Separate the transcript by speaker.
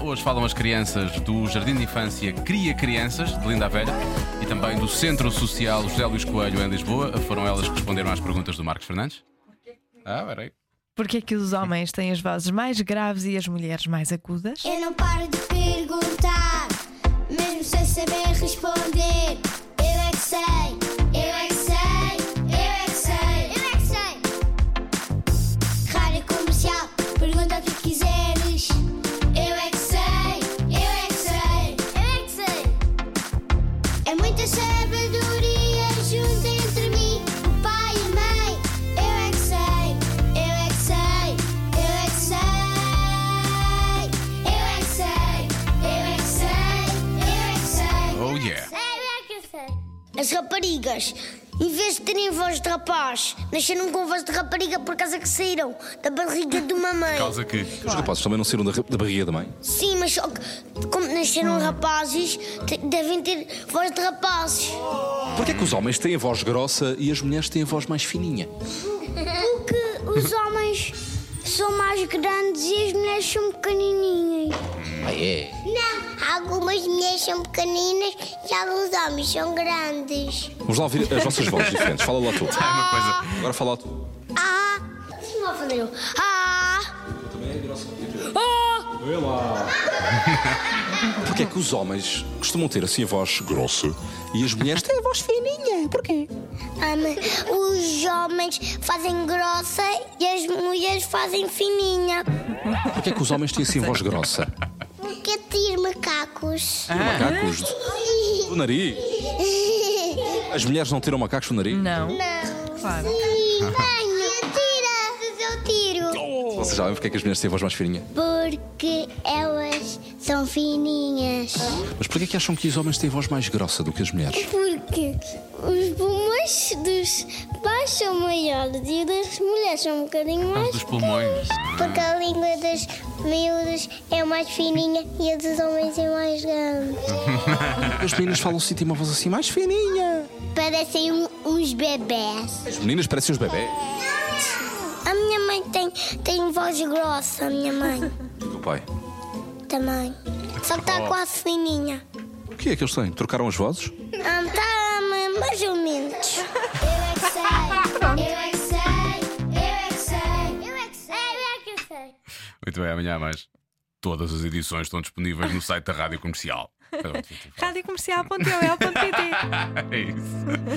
Speaker 1: Hoje falam as crianças do Jardim de Infância Cria Crianças, de Linda a Velha, e também do Centro Social José Luís Coelho, em Lisboa. Foram elas que responderam às perguntas do Marcos Fernandes. Ah, peraí.
Speaker 2: Porquê é que os homens têm as vozes mais graves e as mulheres mais agudas?
Speaker 3: Eu não paro de perguntar, mesmo sem saber responder. Eu é que sei, eu é que sei, eu é que sei, eu é que sei. Rádio comercial, pergunta o que quiseres. Eu é que sei, eu é que sei, eu é que sei. É muita sabedoria junto entre mim, o pai e a mãe. Eu é que sei, eu é que sei, eu é que sei. Eu é que sei, eu é que sei, eu é que sei.
Speaker 1: Oh, yeah.
Speaker 3: As raparigas, em vez de terem voz de rapaz, nasceram com voz de rapariga por causa que saíram da barriga de uma mãe.
Speaker 1: Causa que.
Speaker 4: Os rapazes também não saíram da, da barriga da mãe.
Speaker 3: Sim, mas só que, como nasceram rapazes, te- devem ter voz de rapazes.
Speaker 4: Porquê é que os homens têm a voz grossa e as mulheres têm a voz mais fininha?
Speaker 3: Porque os homens são mais grandes e as mulheres são pequenininhas.
Speaker 4: Ah, é?
Speaker 3: Não, algumas mulheres são pequeninas e alguns homens são grandes.
Speaker 4: Vamos lá ouvir as vossas vozes diferentes. Fala lá tu.
Speaker 1: É uma coisa.
Speaker 4: Agora fala lá tu.
Speaker 3: Ah! Não vou fazer eu. Ah!
Speaker 4: Porquê é que os homens costumam ter assim a voz grossa e as mulheres têm a voz fininha? Porquê?
Speaker 3: os homens fazem grossa e as mulheres fazem fininha.
Speaker 4: Porquê é que os homens têm assim a voz grossa?
Speaker 3: Porque tiro macacos.
Speaker 4: Macacos? Do nariz? As mulheres não tiram macacos no nariz?
Speaker 2: Não.
Speaker 3: Não.
Speaker 2: Claro.
Speaker 3: Sim, tenho. eu tiro.
Speaker 4: Vocês sabem porque é que as mulheres têm a voz mais fininha?
Speaker 3: Porque elas são fininhas.
Speaker 4: Mas porquê é que acham que os homens têm a voz mais grossa do que as mulheres?
Speaker 3: Porque os pulmões dos pais são maiores e das mulheres são um bocadinho
Speaker 1: Por causa
Speaker 3: mais.
Speaker 1: dos pulmões.
Speaker 3: Porque a língua das miúdas é mais fininha e a dos homens é mais grande.
Speaker 4: As meninas falam assim, têm uma voz assim mais fininha.
Speaker 3: Parecem uns bebés.
Speaker 4: As meninas parecem os bebés.
Speaker 3: A minha mãe tem, tem voz grossa, a minha mãe
Speaker 4: E o pai?
Speaker 3: também. Só que está quase fininha.
Speaker 4: O que é que eles têm? Trocaram as vozes?
Speaker 3: Ah, tá, mas mais ou menos. Eu é que sei, eu é que sei, eu é que sei, eu é que sei, eu é que sei.
Speaker 1: Muito bem, amanhã há mais. Todas as edições estão disponíveis no site da Rádio Comercial.
Speaker 2: é Radiocomercial.ol.pt
Speaker 1: É isso.